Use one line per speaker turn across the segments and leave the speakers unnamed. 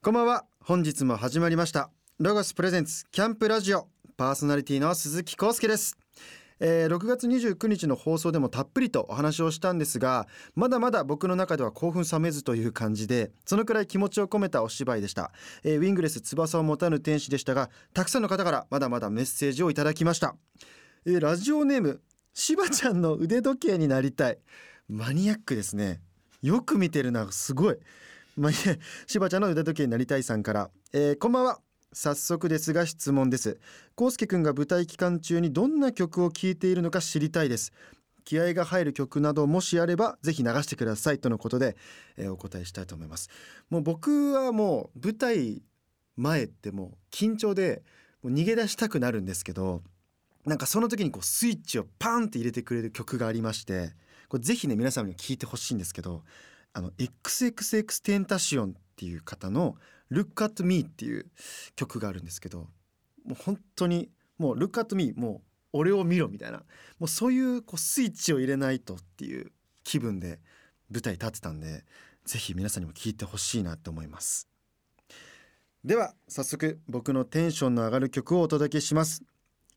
こんばんは。本日も始まりました。ロゴスプレゼンツキャンプラジオパーソナリティの鈴木康介です。えー6月29日の放送でもたっぷりとお話をしたんですがまだまだ僕の中では興奮冷めずという感じでそのくらい気持ちを込めたお芝居でした、えーウィングレス翼を持たぬ天使でしたがたくさんの方からまだまだメッセージをいただきました、えーラジオネームしばちゃんの腕時計になりたいマニアックですねよく見てるなすごいまあ、いえしばちゃんの腕時計になりたいさんから、えーこんばんは早速ですが質問ですこうすけくんが舞台期間中にどんな曲を聴いているのか知りたいです気合が入る曲などもしあればぜひ流してくださいとのことで、えーお答えしたいと思いますもう僕はもう舞台前ってもう緊張でもう逃げ出したくなるんですけどなんかその時にこうスイッチをパンって入れてくれる曲がありましてこれぜひね皆様にも聴いてほしいんですけどあの XXX テンタシオンっていう方の「Look at Me」っていう曲があるんですけどもう本当にもう「Look at Me」もう俺を見ろみたいなもうそういうこうスイッチを入れないとっていう気分で舞台立ってたんでぜひ皆さんにも聞いてほしいなって思いますでは早速僕のテンションの上がる曲をお届けします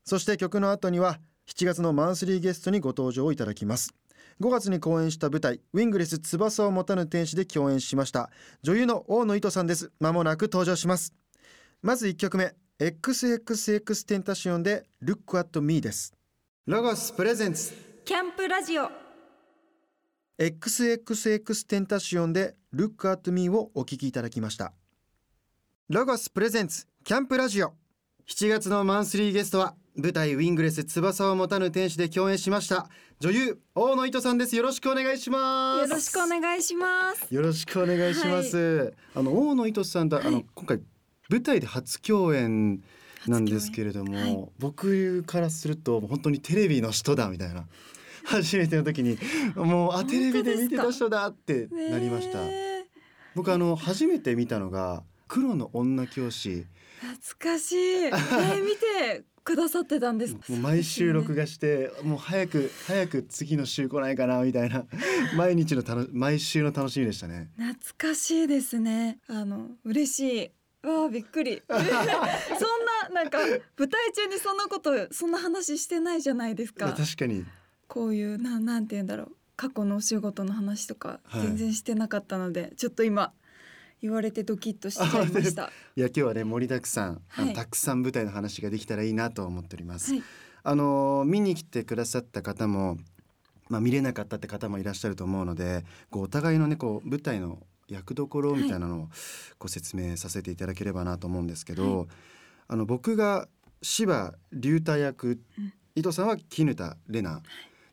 そして曲の後には7月のマンスリーゲストにご登場いただきます5月に公演した舞台「ウィングレス翼を持たぬ天使」で共演しました女優の大野糸さんですまもなく登場しますまず1曲目 XXX テンタシオンで「Look at Me」ですロゴスプレゼンツ
キャンプラジオ
XXX テンタシオンで Look at me をお聞きいただきましたロゴスプレゼンツキャンプラジオ7月のマンスリーゲストは舞台ウィングレス翼を持たぬ天使で共演しました女優大野糸さんですよろしくお願いします
よろしくお願いします
よろしくお願いします、あの大野糸さんとあの今回舞台で初共演なんですけれども、
初共演は
僕からすると本当にテレビの人だみたいな 初めての時にもうあテレビで見てた人だって
ねえ
なりました、僕あの初めて見たのが黒の女教師
懐かしいえ ー見てくださってたんです
もう毎週録画してもう早く早く次の週来ないかなみたいな毎日の楽毎週の楽しみでしたね
懐かしいですねあの嬉しいわあびっ くりそんななんか舞台中にそんなことそんな話してないじゃないですか
確かに
こういうなんなんて言うんだろう過去のお仕事の話とか
はい
全然してなかったので、ちょっと今言われてドキッとしちゃいました。はい
や今日はね盛りだくさん、あの
はい
たくさん舞台の話ができたらいいなと思っております、
い、
あの見に来てくださった方もまあ見れなかったって方もいらっしゃると思うのでこうお互いのねこう舞台の役どころみたいなのをご説明させていただければなと思うんですけど、あの僕が芝龍太役、
うん
伊藤さんは絹田玲奈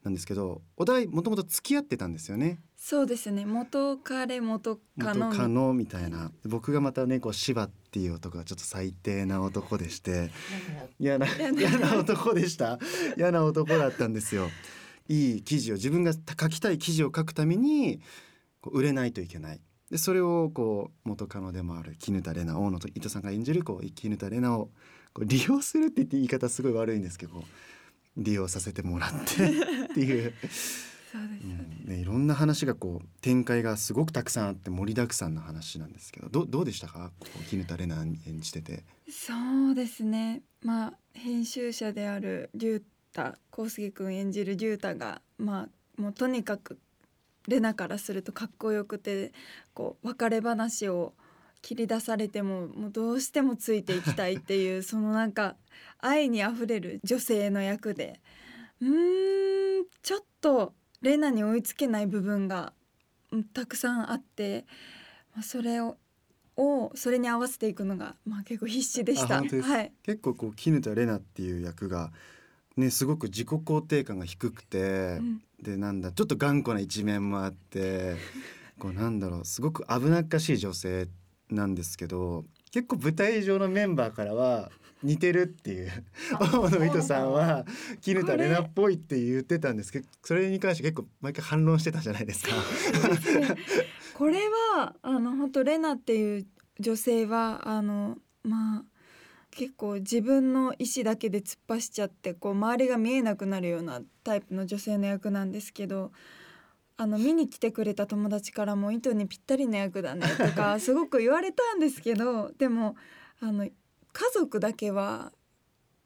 なんですけどお互いもともと付き合ってたんですよね
そうですね元彼元カ
元
ノ
カノみたいな僕がまたねこう芝っていう男がちょっと最低な男でして嫌な
嫌な
嫌な男でした嫌な男だったんですよいい記事を自分が書きたい記事を書くためにこう売れないといけないでそれをこう元カノでもある絹田玲奈大野と伊藤さんが演じるこう絹田玲奈をこう利用するって言って言い方すごい悪いんですけどこう利用させてもらってっていう。
そうです、
うんね、いろんな話がこう展開がすごくたくさんあって盛りだくさんの話なんですけどどどうでしたかこう絹田玲奈演じてて。
そうですねまあ編集者である龍太浩介君演じる龍太がまあもうとにかくレナからするとかっこよくてこう別れ話を切り出されてももうどうしてもついていきたいっていうそのなんか愛にあふれる女性の役でうーんちょっとレナに追いつけない部分がうんたくさんあって、まあ、それををそれに合わせていくのが、まあ、結構必死でし
あ
た。
本当です
はい
結構こう絹田玲奈っていう役が、ね、すごく自己肯定感が低くて、
うん
でなんだちょっと頑固な一面もあってこうなんだろうすごく危なっかしい女性なんですけど結構舞台上のメンバーからは似てるっていう大野糸さんは絹田玲奈っぽいって言ってたんですけどそれに関して結構毎回反論してたじゃない ですか。
これはあの本当レナっていう女性はあのまあ結構自分の意思だけで突っ走っちゃってこう周りが見えなくなるようなタイプの女性の役なんですけどあの見に来てくれた友達からも糸にぴったりな役だねとかすごく言われたんですけどでもあの家族だけは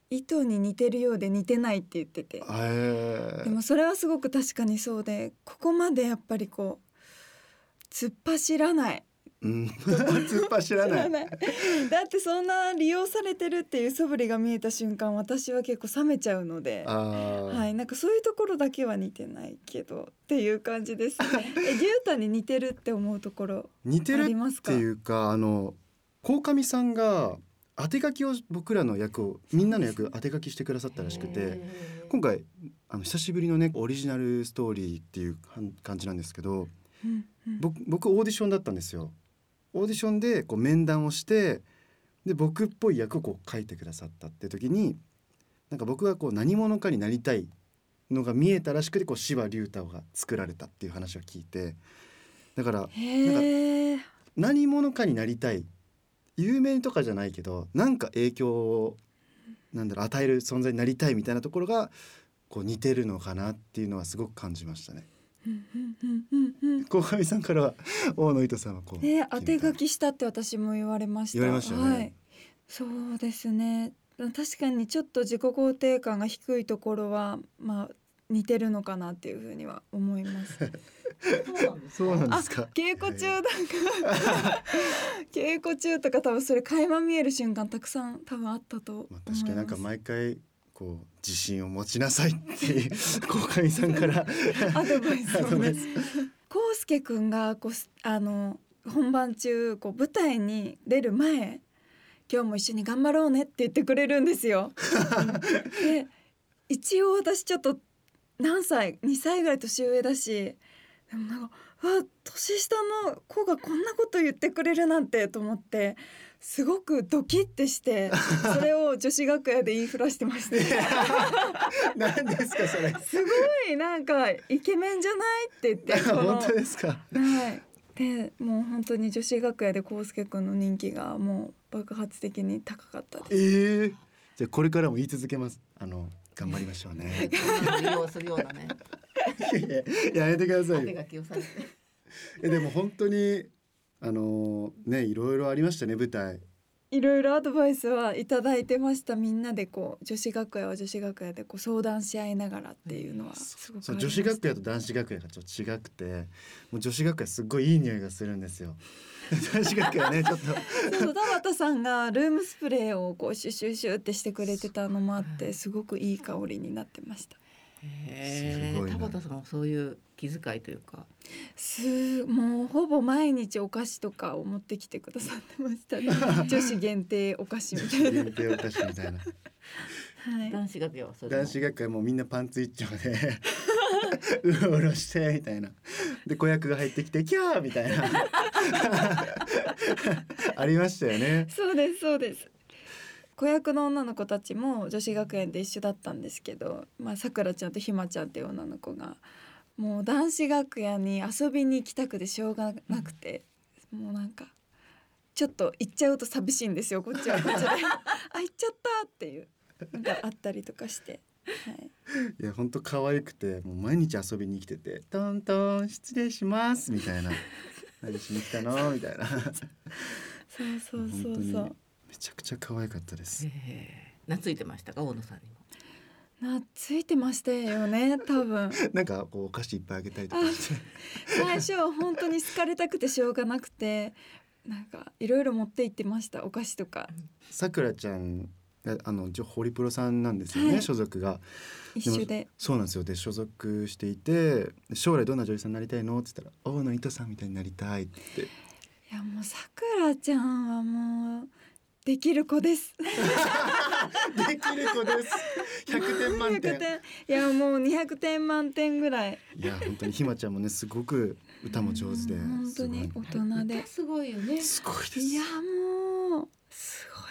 糸に似てるようで似てないって言ってて
え
でもそれはすごく確かにそうでここまでやっぱりこう突っ走らない
うん、 突っ走ら
知
な
ら
い。
ない だってそんな利用されてるっていう素振りが見えた瞬間私は結構冷めちゃうので。
ああ、
はい、なんかそういうところだけは似てないけどっていう感じです、 ね。え、牛太に似てるって思うところ
似て
あ
る
ります
っ
か
て。いうかあの鴻上さんが当て書きを僕らの役をみんなの役当て書きしてくださったらしくて今回あの久しぶりのねオリジナルストーリーっていう感感じなんですけど
うんうん
僕僕オーディションだったんですよ。オーディションでこう面談をしてで僕っぽい役をこう書いてくださったって時になんか僕がこう何者かになりたいのが見えたらしくてこう柴龍太が作られたっていう話を聞いてだから
へえ、
何者かになりたい有名とかじゃないけどなんか影響をなんだろう与える存在になりたいみたいなところがこう似てるのかなっていうのはすごく感じましたね。
うんうんうんうんうん。
鴻上さんからは大野糸さんはこう、
ね、当て書きしたって私も言われました。
言われましたよね
はい、そうですね。確かにちょっと自己肯定感が低いところは、まあ、似てるのかなっていうふうには思います。
そうなん
あ
ですか。
稽古中なんか稽古中とか多分それ垣間見える瞬間たくさん多分あったと思い
ま
ま
あ
す、、
確かになんか毎回こう自信を持ちなさいっていう 鴻上さんから
アドバイス
アド
を
バ
ね
イス
こうすけくんがこうすあの本番中こう舞台に出る前今日も一緒に頑張ろうねって言ってくれるんで すよ。で一応私ちょっと何歳2歳ぐらい年上だしでもなんかうわ年下の子がこんなこと言ってくれるなんてと思ってすごくドキッ てしてそれを女子学屋で言いふらしてました。
何ですか それ。
すごいなんかイケメンじゃないって言ってこの
本当ですか。
はい。でもう本当に女子学屋で康介くんの人気がもう爆発的に高かったです。
ええじゃあこれからも言い続けます。あの頑張りましょう ね。
利用するようなね
いややめてくだ
当
さい
て
よ。
書きをされて
えでも本当にあのねいろいろありましたね舞台。
いろいろアドバイスはいただいてました。みんなでこう女子学屋は女子学屋でこう相談し合いながらっていうのはすごく
そ
あ
う
りま
女子
した
学。屋と男子学屋がちょっと違くて、もう女子学屋すっごいいい匂いがするんですよ。 男子学屋ねちょっと。
そう田畑さんがルームスプレーをこうシュシュシュってしてくれてたのもあってすごくいい香りになってました。
へ
すごい
ー
な
田畑さんはそういう気遣いというか
すもうほぼ毎日お菓子とかを持ってきてくださってましたね。 女子限定お菓子みたいな。
限定お菓子みたい な。
はい。
男子学屋はそれも
男子学会もうみんなパンツ一丁で うろうろしてみたいなで子役が入ってきてキャーみたいな ありましたよね
そうですそうです子役の女の子たちも女子学園で一緒だったんですけどまあさくらちゃんとひまちゃんっていう女の子がもう男子学園に遊びに行きたくてしょうがなくて、もうなんかちょっと行っちゃうと寂しいんですよこっちはこ っちであ行っちゃったっていうのがあったりとかして、はい、
いやほんと可愛くてもう毎日遊びに来てて「トントン失礼します」み たいな「何しに来たの?」みたいな
そうそ
本
うそ
当
う
に
そう
めちゃくちゃ可愛かったです
へー懐いてましたか大野さんにも
なついてましたよね多分
なんかこうお菓子いっぱいあげたりとかして
最初は本当に好かれたくてしょうがなくてなんかいろいろ持って行ってましたお菓子とか
さくらちゃんがあの一応ホリプロさんなんですよね、
はい
所属が
一緒で
そうなんですよで所属していて「将来どんな女優さんになりたいの?」って言ったら「大野糸さんみたいになりたい」って
いやもうさくらちゃんはもうできる子です
できる子です100点 満点
100点いやもう200点満点ぐらい
いや本当にひまちゃんもねすごく歌も上手で
うん本当に
すごい
大人です
ごいよね
すごいです
い
い
や
や
もうすご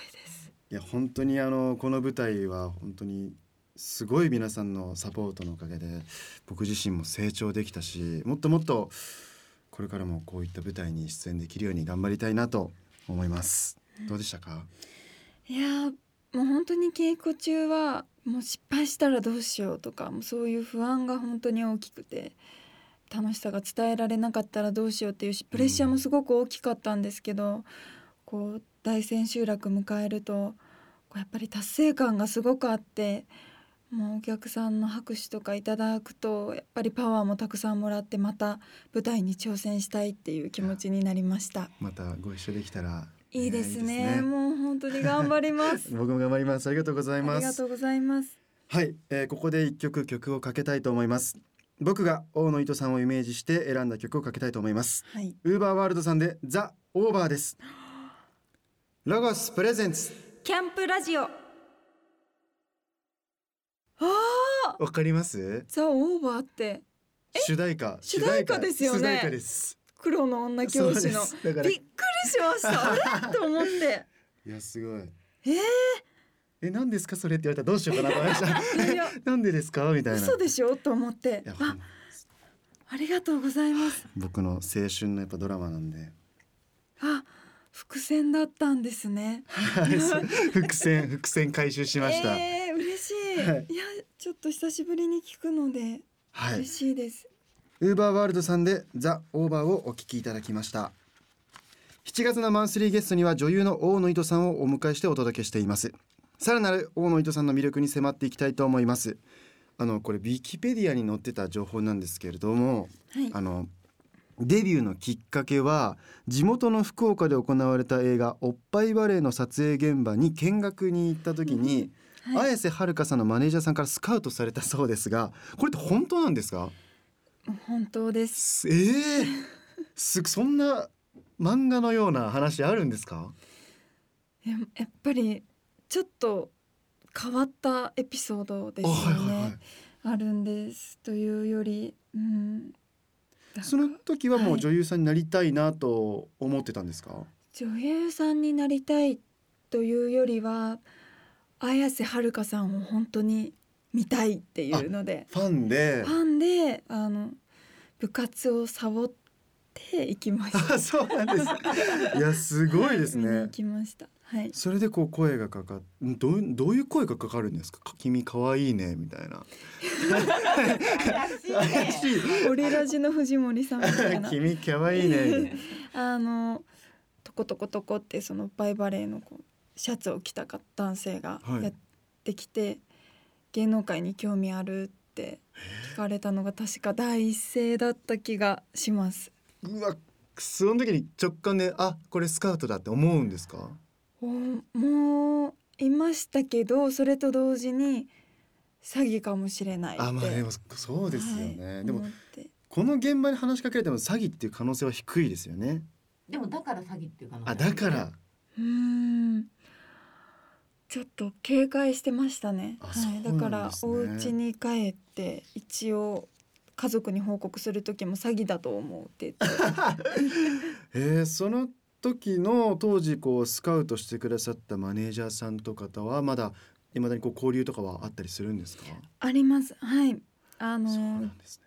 いです
本当にあのこの舞台は本当にすごい皆さんのサポートのおかげで僕自身も成長できたしもっともっとこれからもこういった舞台に出演できるように頑張りたいなと思いますどうでしたか、
いやもう本当に稽古中はもう失敗したらどうしようとかもうそういう不安が本当に大きくて楽しさが伝えられなかったらどうしようっていうしプレッシャーもすごく大きかったんですけど、こう大千秋楽迎えるとこうやっぱり達成感がすごくあってもうお客さんの拍手とかいただくとやっぱりパワーもたくさんもらってまた舞台に挑戦したいっていう気持ちになりました。
またご一緒できたら
いいです
い
ね。
いですね
もう本当に頑張ります。
僕も頑張りますありがとうござい
あ
ま
りが
す
とうございます。
はい、えーここで一曲曲をかけたいと思います僕が大野糸さんをイメージして選んだ曲をかけたいと思います
はい。
ウーバーワールドさんでザ・オーバーですロゴスプレゼンツ
キャンプラジオ。ああ、
わかります
ザオーバーって
主題歌
主題歌ですよね
主題歌です
黒の女教師の
そうですだから
びっくりしまし た。あれと思って。
いやすごい
えー
えなんですかそれって言われたらど うしようかなと思いまし
いやいや
たなんでですかみたいな
嘘でしょと思って
いや。
あ、ありがとうございます。
僕の青春のやっぱドラマなんで
あ、伏線だったんですね。
伏線伏線回収しました、
えー、嬉しい。
はい
い、や、ちょっと久しぶりに聞くので
はい
嬉。しいです。
ウーバーワールドさんでザ・オーバーをお聞きいただきました7月のマンスリーゲストには女優の大野糸さんをお迎えしてお届けしていますさらなる大野糸さんの魅力に迫っていきたいと思いますあのこれウィキペディアに載ってた情報なんですけれども
はい。
あのデビューのきっかけは地元の福岡で行われた映画「おっぱいバレー」の撮影現場に見学に行った時に、
はい
綾瀬はるかさんのマネージャーさんからスカウトされたそうですがこれって本当なんですか
本当です。
すええすそんな漫画のような話あるんですか
いややっぱりちょっと変わったエピソードですよね。
あはいはいはい
あるんですというより、うん、なんか
その時はも
は
う
い
女優さんになりたいなと思ってたんですか、
女優さんになりたいというよりは綾瀬はるかさんを本当に見たいっていうので
ファンで
ファンであの部活をサボって行き ました。
あそうなんですいやすごいです
見に行
ね
きました。はい。
それでこう声がかかっんどうどういう声がかかるんですか「君可愛いね」みたいな
怪しいね
オレラジの藤森さんみた い
「。
な
君可愛いね
あのトコトコトコってそのバイバレーのこうシャツを着たか男性が
はい
やってきて、芸能界に興味あるって聞かれたのが確か第一声だった気がします。」
うわその時に直感で「あこれスカウトだ」って思うんですか
おもういましたけどそれと同時に詐欺かもしれないって。
あまあでもそうですよね、
はい
でも
思って
この現場に話しかけられても詐欺っていう可能性は低いですよね。
でもだから詐欺っていうかな
あだから
うーんちょっと警戒してましたね。
あ
は
そう
い、
な
だ
ん
から
ですね
お家に帰って一応家族に報告する時も詐欺だと思うって言って
えー、その時の当時こうスカウトしてくださったマネージャーさんとかとはまだいまだにこう交流とかはあったりするんですか。
あります。はい。あの
そうなんですね。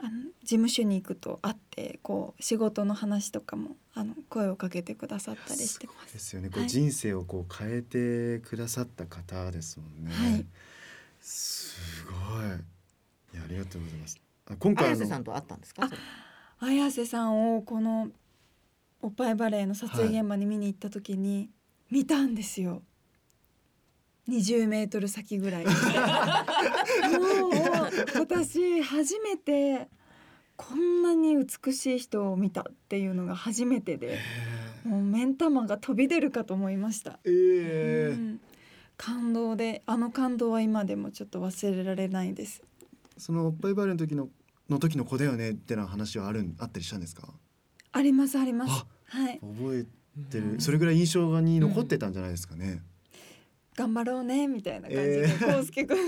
あの事務所に行くと会ってこう仕事の話とかもあの声をかけてくださったりしてます。
ですよね。こう
はい
人生をこう変えてくださった方ですもんね。
はい
すごい。いやありがとうございます。あ今回
綾
あ
瀬さ
の
んと会ったんですか
あ綾瀬さんをこのおっぱいバレーの撮影現場に見に行った時に見たんですよ。20メートル先ぐらい。もう私初めてこんなに美しい人を見たっていうのが初めてで、もう目ん玉が飛び出るかと思いました。
えー
うん感動であの感動は今でもちょっと忘れられないです。
そのおっぱいバレーの時のの時の子だよねってな話はあるんあったりしたんですか。
ありますあります
あ。
はい。
覚えて
う
る
ん
それぐらい印象に残ってたんじゃないですかね。
頑張ろうねみたいな感じ
え
で、
ー
こうすけくん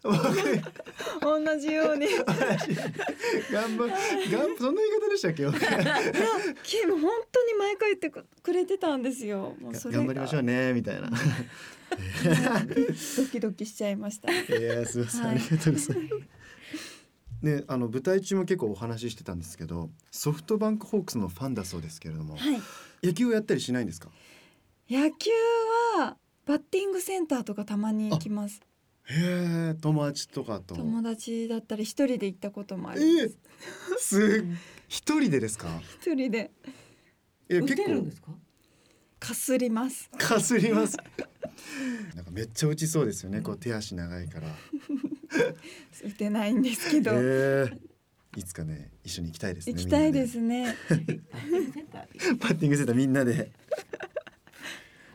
と 同じようにいや
頑張頑張そんな言い方でしたっ け。
キム本当に毎回言ってくれてたんですよもうそれが
頑張りましょうねみた いな。
ドキドキしちゃいました
いやすいません、
は
あ
い
りがとうございます。ねあの舞台中も結構お話ししてたんですけどソフトバンクホークスのファンだそうですけれども、
はい
野球をやったりしないんですか。
野球はバッティングセンターとかたまに行きます
へえ友達とかと
友達だったり一人で行ったこともあ
え
りま
ー
す
す一人でですか
一人で
え
打
結
てるん
構
ですか？
かすります
かすりますなんかめっちゃ打ちそうですよねこう手足長いから
打てないんですけど、
ええいつかね一緒に行きたいですね
行きたいで
みん
すね
バッティングセンターで
なでバッティングセンターみんなで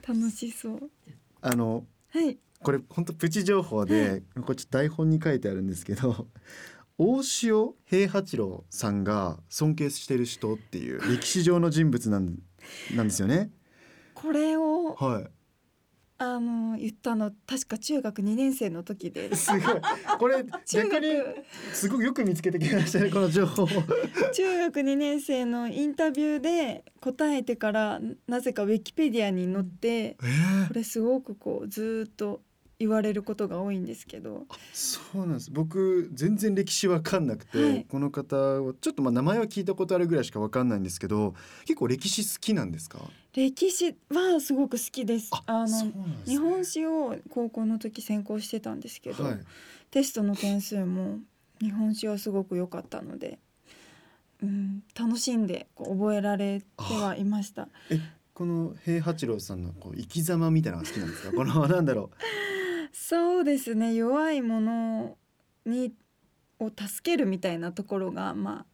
楽しそう
あの
はい
これ本当プチ情報で、これちょっと台本に書いてあるんですけど大塩平八郎さんが尊敬してる人っていう歴史上の人物なんなんですよね。
これを
は
あの言ったの確か中学2年生の時で
い。
す
すごい。これ
中
逆
学
にすごくよく見つけてきましたねこの情報。
中学2年生のインタビューで答えてからなぜかウィキペディアに載って
ええ
これすごくこうずーっと言われることが多いんですけど
そうなんです。僕全然歴史わかんなくて、
はい
この方をちょっとまあ名前は聞いたことあるぐらいしかわかんないんですけど、結構歴史好きなんですか。
歴史はすごく好きです。あの
そうなんですね
日本史を高校の時専攻してたんですけど、
はい。
テストの点数も日本史はすごく良かったので、うん、楽しんでこう覚えられてはいました。
えこの平八郎さんのこう生き様みたいなのが好きなんですか このなんだろ
そうですね弱いものにを助けるみたいなところが、ま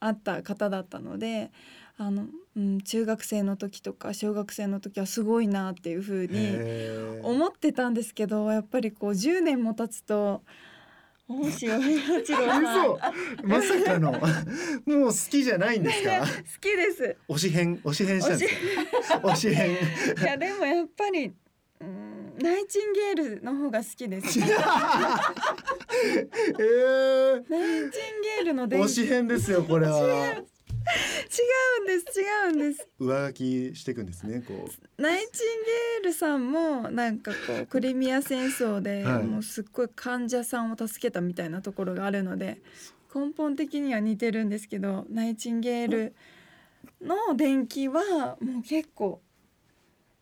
あ、あった方だったのであの、うん、中学生の時とか小学生の時はすごいなっていうふう
う
に
へー
思ってたんですけどやっぱりこう10年も経つと大塩平八郎さん好
嘘まさかのもう好きじゃないんですか
きです。
推し変推し変したんですか推し変
いやでもやっぱりうんナイチンゲールの方が好きです。ナイ
えー
チンゲールの伝
推
違
し変ですよこれは
うんです違うんです。
上書きしていくんですねこう
ナイチンゲールさんもなんかこうクリミア戦争で
はい
もうすっごい患者さんを助けたみたいなところがあるので根本的には似てるんですけどナイチンゲールの伝記はもう結構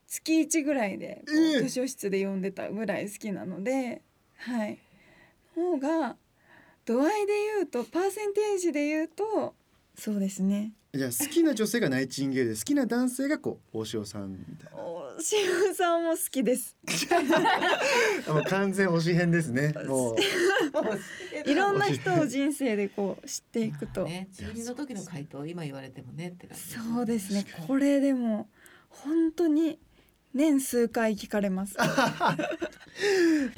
月1ぐらいでこう
ええ
図書室で読んでたぐらい好きなのではい方が度合いで言うとパーセンテージで言うとそうですね
じゃあ好きな女性がナイチンゲールで好きな男性がこう大塩さんみたい
お塩さんも好きです。
なもう完 全推し変ですねもう
いろんな人を人生でこう知っていく と。
ね、中二の時の回答今言われてもねって感じ。
そうですね。これでも本当に年数回聞かれます。あ、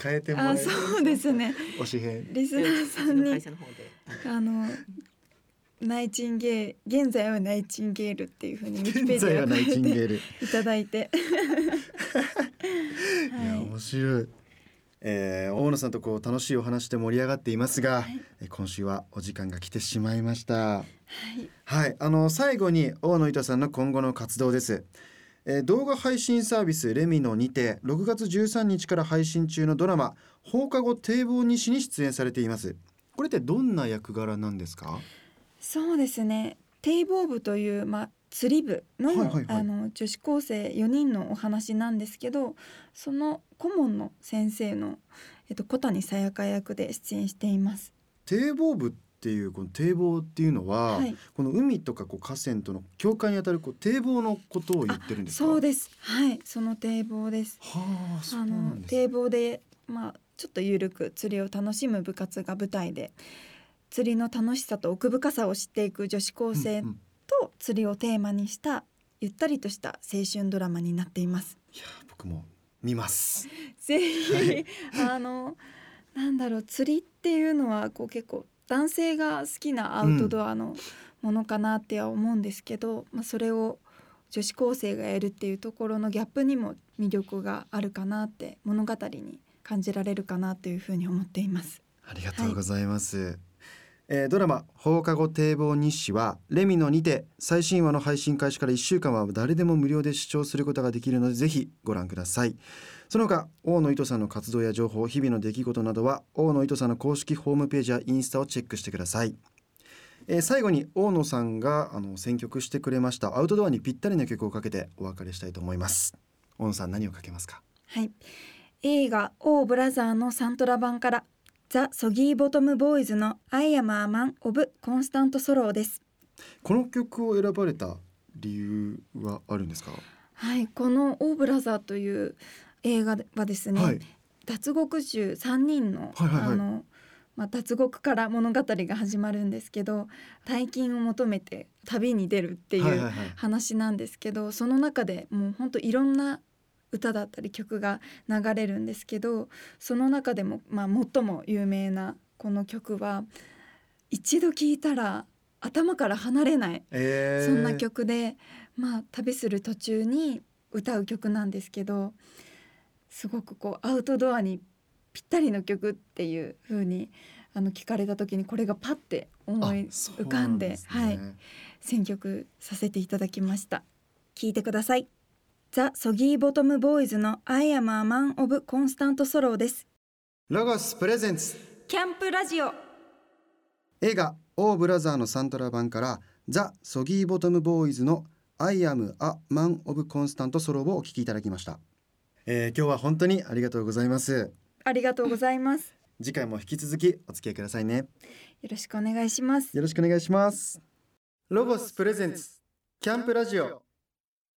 変えてもらえる
そうで すね。
推し変
リスナーさん
うちの会
に
社の方で。
あのナイチンゲー現在はナイチンゲールっていうふうにウィキペ
現
デ
在
ィア
は
を
ナイチン
変
ゲ
えて
ール
いただい て。
いや
は
面白い、えー、大野さんとこう楽しいお話で盛り上がっていますが、
い
えー今週はお時間が来てしまいました
い。はい。
はいあの最後に大野糸さんの今後の活動ですえー動画配信サービスレミノにて6月13日から配信中のドラマ放課後堤防西に出演されていますこれってどんな役柄なんですか
そうですね。堤防部というまあ釣り部の、
はいはいはい
あの女子高生4人のお話なんですけど、その顧問の先生のえっと小谷さやか役で出演しています。
堤防部っていうこの堤防っていうのは、
はい
この海とかこう河川との境界にあたるこう堤防のことを言ってるんですか
そうです。はい、その堤防です。
はあ、そう
あ
な
の
んですね
堤防でまあちょっとゆるく釣りを楽しむ部活が舞台で。釣りの楽しさと奥深さを知っていく女子高生
うんうん
と釣りをテーマにしたゆったりとした青春ドラマになっています。
いや僕も見ます。
ぜひあのなんだろう釣りっていうのはこう結構男性が好きなアウトドアのものかなっては思うんですけど、まあ、それを女子高生がやるっていうところのギャップにも魅力があるかなって物語に感じられるかなというふうに思っています。
ありがとうございます。えードラマ放課後堤防日誌はレミのにて最新話の配信開始から1週間は誰でも無料で視聴することができるのでぜひご覧くださいその他大野糸さんの活動や情報日々の出来事などは大野糸さんの公式ホームページやインスタをチェックしてください、えー最後に大野さんがあの選曲してくれましたアウトドアにぴったりな曲をかけてお別れしたいと思います大野さん何をかけますか
はい、映画「オーブラザー」のサントラ版からザ・ソギーボトム・ボーイズの「アイアム・アマン・オブ・コンスタント・ソロー」です。
この曲を選ばれた理由はあるんですか。
はい、この「オーブラザー」という映画はですね、
はい。
脱獄囚3人の,、
はいはいはい
あのまあ、脱獄から物語が始まるんですけど大金を求めて旅に出るって
はいいは
う
いはい。
話なんですけど、その中でもうほんといろんな歌だったり曲が流れるんですけどその中でも、まあ、最も有名なこの曲は一度聴いたら頭から離れない
えー
そんな。曲で、まあ、旅する途中に歌う曲なんですけどすごくこうアウトドアにぴったりの曲っていう風にあの聞かれた時にこれがパッて思い
あそう
浮かんで
なすね
はい、選曲させていただきました聞いてくださいザ・ソギーボトムボーイズの I am a man of constant sorrow です
ロゴスプレゼンツ
キャンプラジオ
映画オーブラザーのサントラ版からザ・ソギーボトムボーイズの I am a man of constant ソロをお聞きいただきました、えー、今日は本当にありがとうございます
ありがとうございます
次回も引き続きお付き合いくださいね
よろしくお願いします
よろしくお願いしますロゴスプレゼンツキャンプラジオ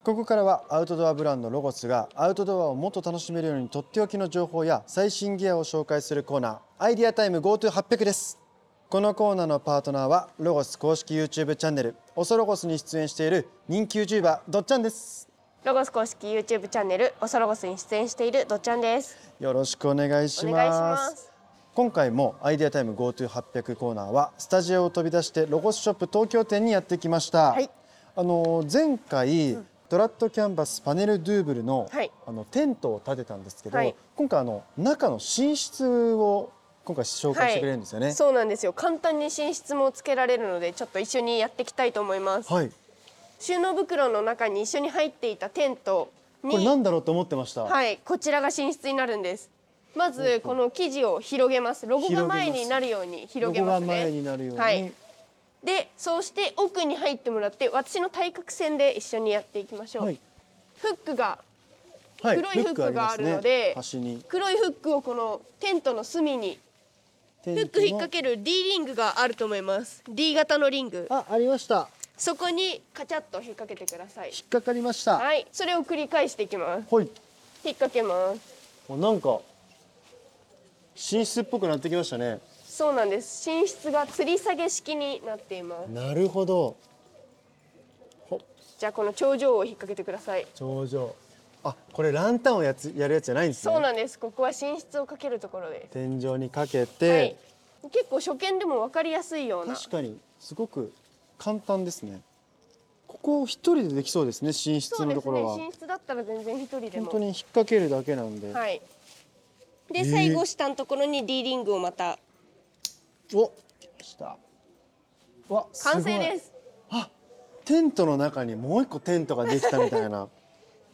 ここからはアウトドアブランドロゴスがアウトドアをもっと楽しめるようにとっておきの情報や最新ギアを紹介するコーナーアイディアタイム GoTo800 ですこのコーナーのパートナーはロゴス公式 YouTube チャンネルオソロゴスに出演している人気 YouTuber どっちゃんです
ロゴス公式 YouTube チャンネルおそろごすに出演しているどっちゃんです。
よろしくお願いし
お
ます
願いします。
今回もアイディアタイム GoTo800 コーナーはスタジオを飛び出してロゴスショップ東京店にやってきました、
はい
あの前回、ドラットキャンバスパネルドゥーブルの,、
はい
あのテントを建てたんですけど、
はい
今回あの中の寝室を今回紹介してくれるんですよね
そうなんですよ。簡単に寝室もつけられるので、ちょっと一緒にやっていきたいと思います。
はい、
収納袋の中に一緒に入っていたテント
これな
に、
んだろうと思ってました、
はい、こちらが寝室になるんです。まずこの生地を広げます。ロゴが前になるように
ロ
広げ
ゴ
ま
が
すね。
前になるように、
はい。で、そうして奥に入ってもらって、私の対角線で一緒にやっていきましょう。
はい
フックが
はい
黒いフックがある
フッ
ので
クありますね端に
黒いフックをこのテントの隅に
フ
フック引っ掛ける D リングがあると思います D 型のリング
あありました
そこにカチャッと引っ掛けてください
引っかかりました
はいそれを繰り返していきます
はい
引っ掛けます
おなんか寝室っぽくなってきましたね
そうなんです寝室が吊り下げ式になっています
なるほど
じゃあこの頂上を引っ掛けてください
頂上あこれランタンをやつやるやつじゃないんですね
そうなんですここは寝室をかけるところで
天井にかけ
す、
て、
はい、結構初見でも分かりやすいような
確かにすごく簡単ですねここ一人でできそうですね寝室
そう
の
で
と
す
ころは、
ね寝室だったら全然一人でも
本当に引っ掛けるだけなんで、
はい
え
で
ー
最後下のところに D リングをまた
お来ましたわすごい
完成です
あテントの中にもう一個テントができたみたいな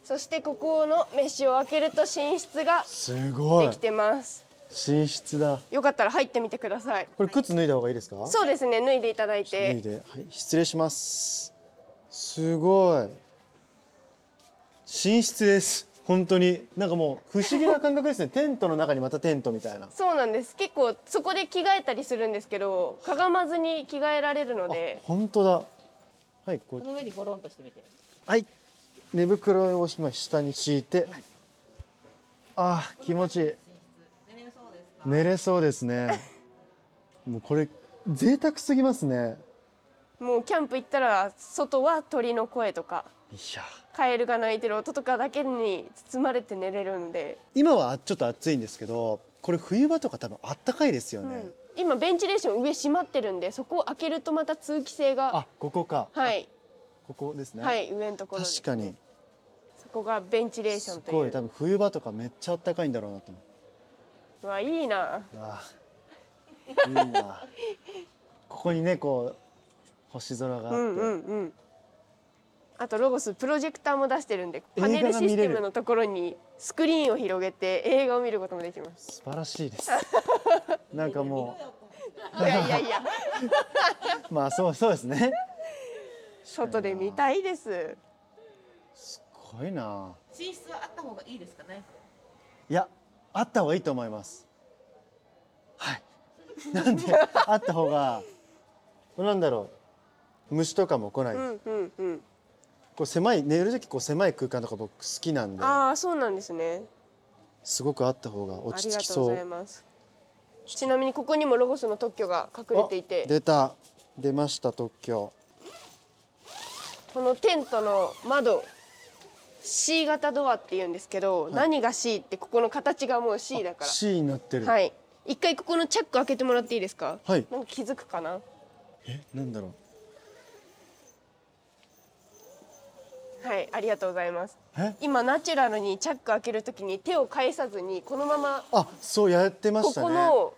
そしてここのメッシュを開けると寝室が
すごい
できてます、
寝室だ
よかったら入ってみてください
これ靴脱いだ方がいいですか
そうですね脱いでいただい
脱い
て
で、はい、失礼しますすごい寝室です本当になんかもう不思議な感覚ですねテントの中にまたテントみたいな
そうなんです結構そこで着替えたりするんですけどかがまずに着替えられるので
本当だはいこう
の上にゴロンとしてみて
はい寝袋を今下に敷いてあー気持ちいい寝れそうですね もうこれ贅沢すぎますね
もうキャンプ行ったら外は鳥の声とか
いや
カエルが鳴いてる音とかだけに包まれて寝れるので、
今はちょっと暑いんですけどこれ冬場とか多分あったかいですよ
う
ね、
ん、今ベンチレーション上閉まってるんでそこを開けるとまた通気性が
あここか、
はい
ここですね、
はい上のところで
確かに
そこがベンチレーショ
す
ンと
ご
い
いう多分冬場とかめっちゃあったかいんだろうなと思
うわいいな
うわあいい なここにねこう星空があって、
うんうんうんあとロゴスプロジェクターも出してるんで
映
パ
画が見れ
ネ
る
ルシステムのところにスクリーンを広げて映画を見ることもできます
素晴らしい ですなんかも
いやいやい や
うまあそうそうですね
外で見たいです
すごいな
寝室はあった方がいいですかね
いや
あった方がいいと思いますはい なんであった方がなんだろう虫とかも来ない、
うんうんうん。
こう狭い寝る時こう狭い空間とか僕好きなんで
ああ、そうなんですね。
すごくあった方が
あ
落
り
ち
が
着き
とう
そ
ご
う
ざいます。ちなみにここにもロゴスの特許が隠れてい
あ
て、
出た出ました特許
このテントの窓 C 型ドアって言うんですけど、何が C ってここの形がもう C だか
C になってる
ら。はい。一回ここのチャック開けてもらっていいですか。
はい
なんか気づくかな。
えなんだろ
はい、ありがとうございます。
うえ
今ナチュラルにチャック開けるときに手を返さずにこのまま
あそうやってま
こ
したね
この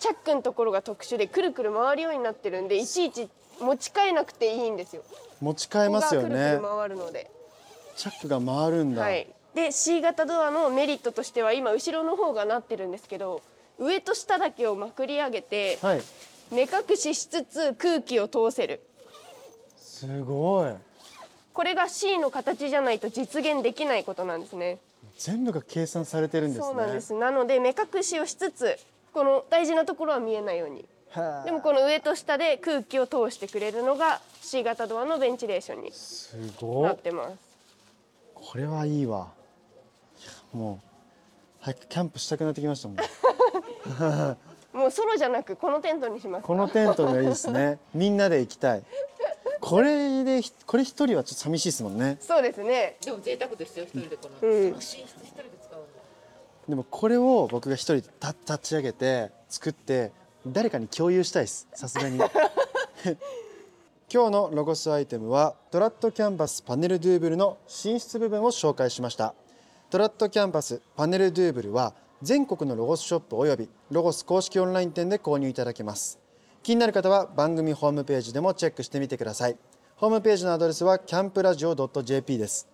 チャックのところが特殊でくるくる回るようになってるんでいちいち持ち替えなくていいんですよ。
持ち替えますよ
ここがく
ね
るくる回るので。
チャックが回るんだ、
はい。で C 型ドアのメリットとしては今後ろの方がなってるんですけど上と下だけをまくり上げて
はい
目隠ししつつ空気を通せる。
すごい
これが C の形じゃないと実現できないことなんですね。
全部が計算されてるんですね
そうなんです。なので目隠しをしつつこの大事なところは見えないように。
はあ
でもこの上と下で空気を通してくれるのが C 型ドアのベンチレーションに
す
な
ごい
ってます。
これはいいわいやもう早くキャンプしたくなってきましたもん
もうソロじゃなくこのテントにしますか。
このテントがいいです ねみんなで行きたいこれでひこれ一人はちょっと寂しいですもんね
そうですね。
でも寝宅ですよ一人でこの、
うん
寝室一人で使うの
でもこれを僕が一人でた立ち上げて作って誰かに共有したいですさすがに今日のロゴスアイテムはトラットキャンバスパネルドゥーブルの寝室部分を紹介しましたトラットキャンバスパネルドゥーブルは全国のロゴスショップおよびロゴス公式オンライン店で購入いただけます気になる方は番組ホームページでもチェックしてみてくださいホームページのアドレスはキャンプラジオ .jp です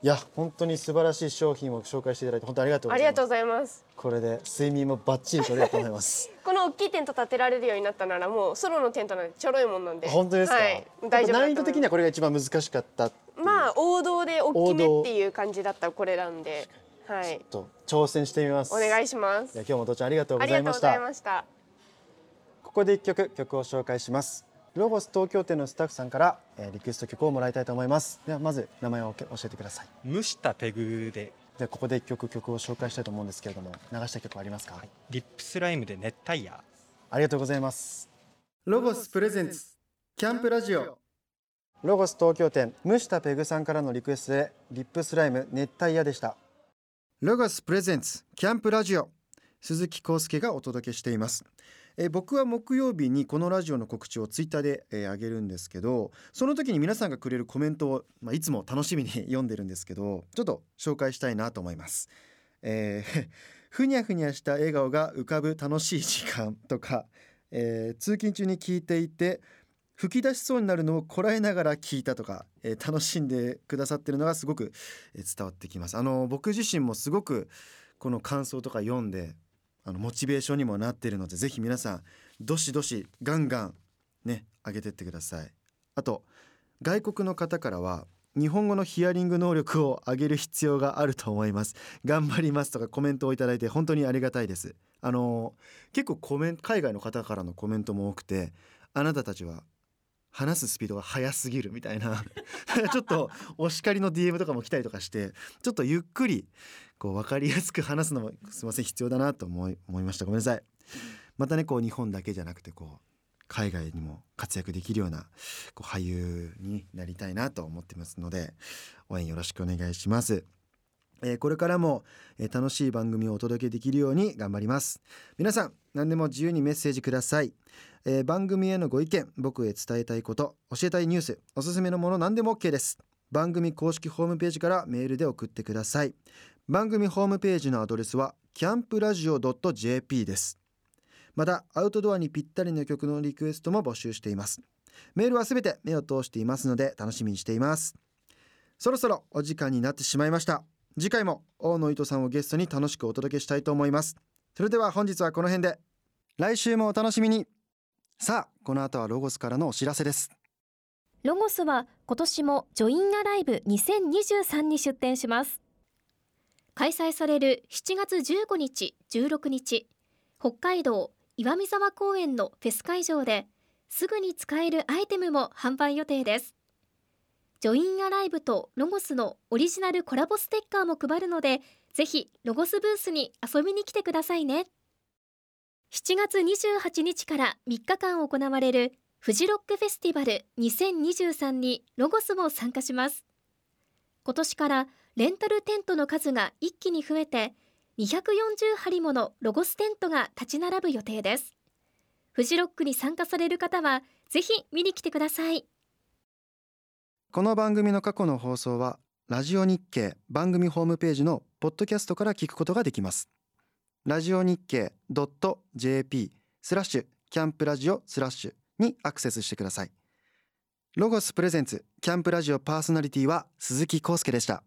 いや本当に素晴らしい商品を紹介していただいて本当にありがとうご
あ
ざい
り
ま
が
す
とうございます。
これで睡眠もバッチリ取れると思います
この大きいテント建てられるようになったならもうソロのテントなんでちょろいもんなんで。
本当ですか、
はい。大丈夫だと思います。
難易度的にはこれが一番難しかった
まあ王道で大きめ
王道
っていう感じだったこれなんで、はい。
と挑戦してみます
お願いします
いや。今日もお父ちゃんありがとう
あ
ご
り
ざ
が
い
とうご
まし
ざい
た
ました。
ここで一曲曲を紹介しますロゴス東京店のスタッフさんから、えーリクエスト曲をもらいたいと思いますではまず名前を教えてください
蒸したペグで
ではここで一曲曲を紹介したいと思うんですけれども流した曲ありますか、
リップスライムで熱帯夜
ありがとうございます
ロゴスプレゼンツキャンプラジオ
ロゴス東京店蒸したペグさんからのリクエストでリップスライム熱帯夜でした
ロゴスプレゼンツキャンプラジオ鈴木康介がお届けしていますえー僕は木曜日にこのラジオの告知をツイッターで、えー上げるんですけどその時に皆さんがくれるコメントを、まあ、いつも楽しみに読んでるんですけどちょっと紹介したいなと思います、えー ふにゃふにゃした笑顔が浮かぶ楽しい時間とか、えー通勤中に聞いていて吹き出しそうになるのをこらえながら聞いたとか、えー楽しんでくださってるのがすごくえー伝わってきますあの僕自身もすごくこの感想とか読んであのモチベーションにもなってるのでぜひ皆さんどしどしガンガンね上げてってくださいあと外国の方からは日本語のヒアリング能力を上げる必要があると思います頑張りますとかコメントをいただいて本当にありがたいですあの結構コメン海外の方からのコメントも多くてあなたたちは話すスピードが速すぎるみたいな ちょっとお叱りの DM とかも来たりとかしてちょっとゆっくりこう分かりやすく話すのもすいません必要だなと思い思いましたごめんなさいまたねこう日本だけじゃなくてこう海外にも活躍できるようなこう俳優になりたいなと思ってますので応援よろしくお願いします、えーこれからも、えー楽しい番組をお届けできるように頑張ります皆さん何でも自由にメッセージくださいえー番組へのご意見僕へ伝えたいこと教えたいニュースおすすめのもの何でも OK です番組公式ホームページからメールで送ってください番組ホームページのアドレスはキャンプラジオ .jp ですまたアウトドアにぴったりの曲のリクエストも募集していますメールはすべて目を通していますので楽しみにしていますそろそろお時間になってしまいました次回も大野糸さんをゲストに楽しくお届けしたいと思いますそれでは本日はこの辺で来週もお楽しみにさあこの後はロゴスからのお知らせです
ロゴスは今年もジョインアライブ2023に出展します火開催される7月15日16日北海道岩見沢公園のフェス会場ですぐに使えるアイテムも販売予定ですジョインアライブとロゴスのオリジナルコラボステッカーも配るのでぜひロゴスブースに遊びに来てくださいね7月28日から3日間行われるフジロックフェスティバル2023にロゴスも参加します今年からレンタルテントの数が一気に増えて240張ものロゴステントが立ち並ぶ予定ですフジロックに参加される方はぜひ見に来てください
この番組の過去の放送はラジオ日経番組ホームページのポッドキャストから聞くことができますラジオ日経 .jp スラッシュキャンプラジオスラッシュにアクセスしてくださいロゴスプレゼンツキャンプラジオパーソナリティは鈴木康介でした